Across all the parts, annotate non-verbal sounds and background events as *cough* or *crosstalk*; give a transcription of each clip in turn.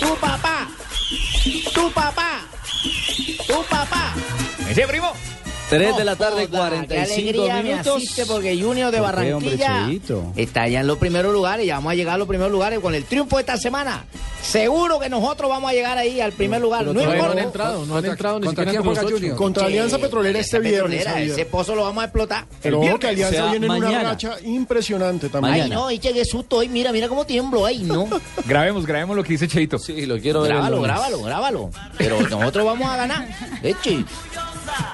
Tu papá. Tu papá. Tu papá. Ese primo. 3 de la tarde, Joda, 45 qué alegría Me minutos. asiste porque Junior de ¿Por qué, hombre, Barranquilla Cheito? está ya en los primeros lugares. Ya vamos a llegar a los primeros lugares con el triunfo de esta semana. Seguro que nosotros vamos a llegar ahí al primer lugar. No, todavía importa. no han entrado, no han entrado ni ¿Contra siquiera quién entre juega los ocho. Junior? Contra Alianza Sí, Petrolera este Alianza viernes. Petrolera, Javier. Ese pozo lo vamos a explotar. Pero ojo que Alianza o sea, viene en una mañana. racha impresionante también. Ay, no, y che, qué susto hoy. Mira, mira cómo tiemblo. Ay, no. Grabemos, grabemos lo que dice Cheito. Sí, lo quiero ver. el Grábalo, lunes. grábalo, grábalo. Pero nosotros vamos a ganar. Eche.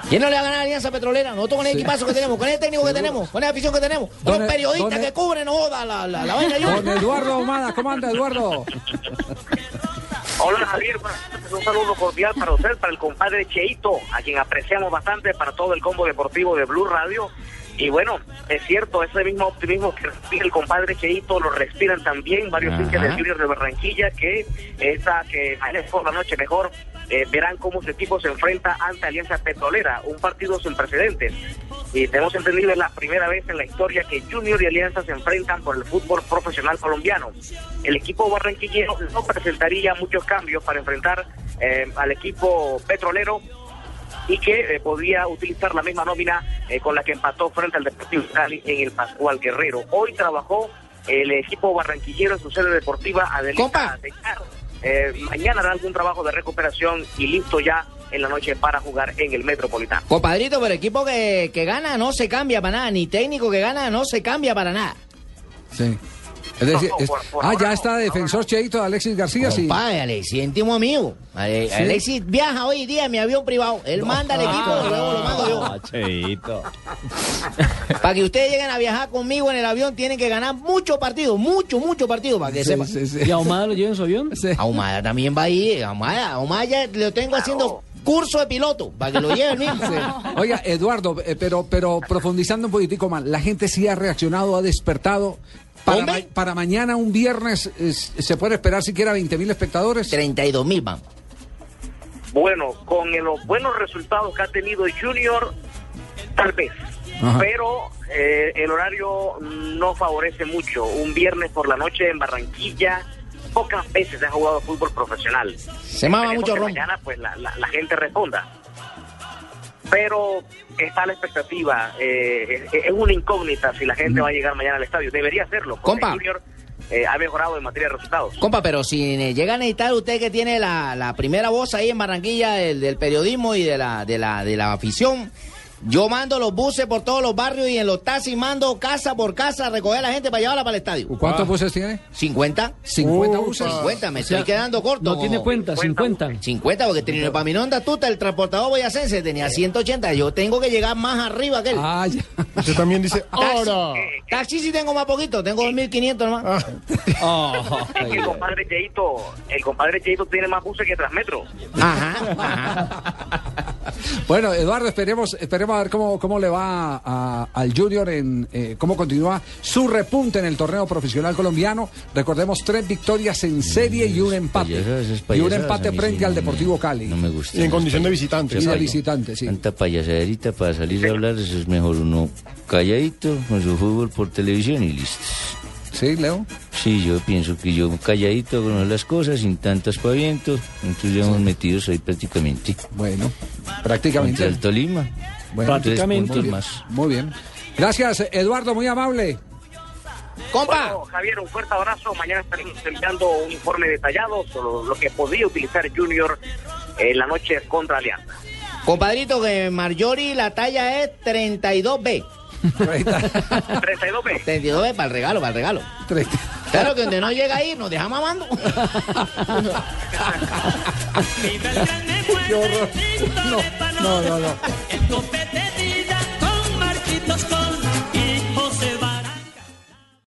¿Quién no le va a ganar a Alianza Petrolera? Nosotros con el equipazo que tenemos, con el técnico que tenemos, con la afición que tenemos, con Don los E- periodistas don E- que cubren, no joda la, la, la vaina. Don Junior. Eduardo Ahumada, ¿cómo anda Eduardo? Hola Javier, buenas tardes. un saludo cordial para usted, para el compadre Cheito, a quien apreciamos bastante, para todo el combo deportivo de Blue Radio. Y bueno, es cierto, ese mismo optimismo que respira el compadre Cheito lo respiran también varios Ajá. hinchas del Junior de Barranquilla que esta que ayer por la noche mejor eh, verán cómo su equipo se enfrenta ante Alianza Petrolera, un partido sin precedentes. Y tenemos entendido es la primera vez en la historia que Junior y Alianza se enfrentan por el fútbol profesional colombiano. El equipo barranquillero no presentaría muchos cambios para enfrentar eh, al equipo petrolero y que eh, podía utilizar la misma nómina eh, con la que empató frente al Deportivo Cali en el Pascual Guerrero. Hoy trabajó el equipo barranquillero en su sede deportiva Compa. Adelita de Caro. Eh, mañana hará algún trabajo de recuperación y listo ya en la noche para jugar en el Metropolitano. Compadrito, pero equipo que, que gana no se cambia para nada, ni técnico que gana no se cambia para nada. Sí. Es decir, No, es- por- por ah, ahora ya no, está por defensor Cheito de Alexis García, sí. Compadre, Alexis, íntimo amigo. Ale- Sí. Alexis viaja hoy día en mi avión privado. Él manda al equipo, y luego lo mando yo. Ah, Cheito. *laughs* Para que ustedes lleguen a viajar conmigo en el avión, tienen que ganar muchos partidos, muchos, muchos partidos, para que Sí, sepan. sí, sí. ¿Y Ahumada lo lleva en su avión? Sí. Ahumada también va a ir, Ahumada, Ahumada ya lo tengo haciendo curso de piloto, para que lo lleve el mismo. Oiga, Eduardo, eh, pero, pero profundizando un poquitico más, la gente sí ha reaccionado, ha despertado. Para, Hombre. ma- para mañana, un viernes, es- ¿se puede esperar siquiera 20 mil espectadores? 32 mil, vamos. Bueno, con el- los buenos resultados que ha tenido Junior, tal vez. Ajá. Pero eh, el horario no favorece mucho. Un viernes por la noche en Barranquilla, pocas veces se ha jugado fútbol profesional. Se mama Esperemos mucho que ron. mañana pues la, la- la gente responda. Pero está la expectativa. eh, es, es una incógnita si la gente va a llegar mañana al estadio. Debería hacerlo, porque Compa. Junior eh, ha mejorado en materia de resultados. Compa, pero si eh, llega a necesitar usted que tiene la, la primera voz ahí en Barranquilla del, del periodismo y de la, de, la, de la afición, yo mando los buses por todos los barrios y en los taxis mando casa por casa a recoger a la gente para llevarla para el estadio. ¿Cuántos Ah. buses tiene? ¿50? 50 Upa. buses. 50, me Ah, O sea, estoy quedando corto. No como tiene cuenta, 50. 50, porque Trino Paminonda Tuta, el transportador boyacense, tenía 180. Yo tengo que llegar más arriba que él. Ah, ya. Usted también dice, Taxi. ahora. Taxi sí tengo más poquito, tengo 2.500 nomás. Ah, Oh, Es que pues. el compadre Cheito, el compadre Cheito tiene más buses que Transmetro. Ajá, ajá. Bueno, Eduardo, esperemos, esperemos a ver cómo, cómo le va a- al Junior, en, eh, cómo continúa su repunte en el torneo profesional colombiano. Recordemos tres victorias en serie y un empate. Mm, payasas, esas y un payasas, empate a mí sí frente no al me- Deportivo Cali. No me gusta. y en condición de visitante. Y de visitante, sí. Tanta payasaderita para salir a hablar, eso es mejor uno calladito con su fútbol por televisión y listo. Sí, Leo. Sí, yo pienso que yo calladito hago las cosas, sin tanto aspaviento, entonces ya hemos metidos ahí prácticamente. Bueno, Contra prácticamente. el Tolima. Bueno, tres Prácticamente. puntos más. Muy bien. Gracias, Eduardo, muy *laughs* amable. Compa. Bueno, Javier, un fuerte abrazo. Mañana estaremos enviando un informe detallado sobre lo que podía utilizar Junior en la noche *laughs* contra Alianza. Compadrito, que Marjorie la talla es 32B. 32B. 32B para el regalo, para el regalo. Claro que donde no llega ahí, nos deja mamando. Qué horror. No, no, no, no.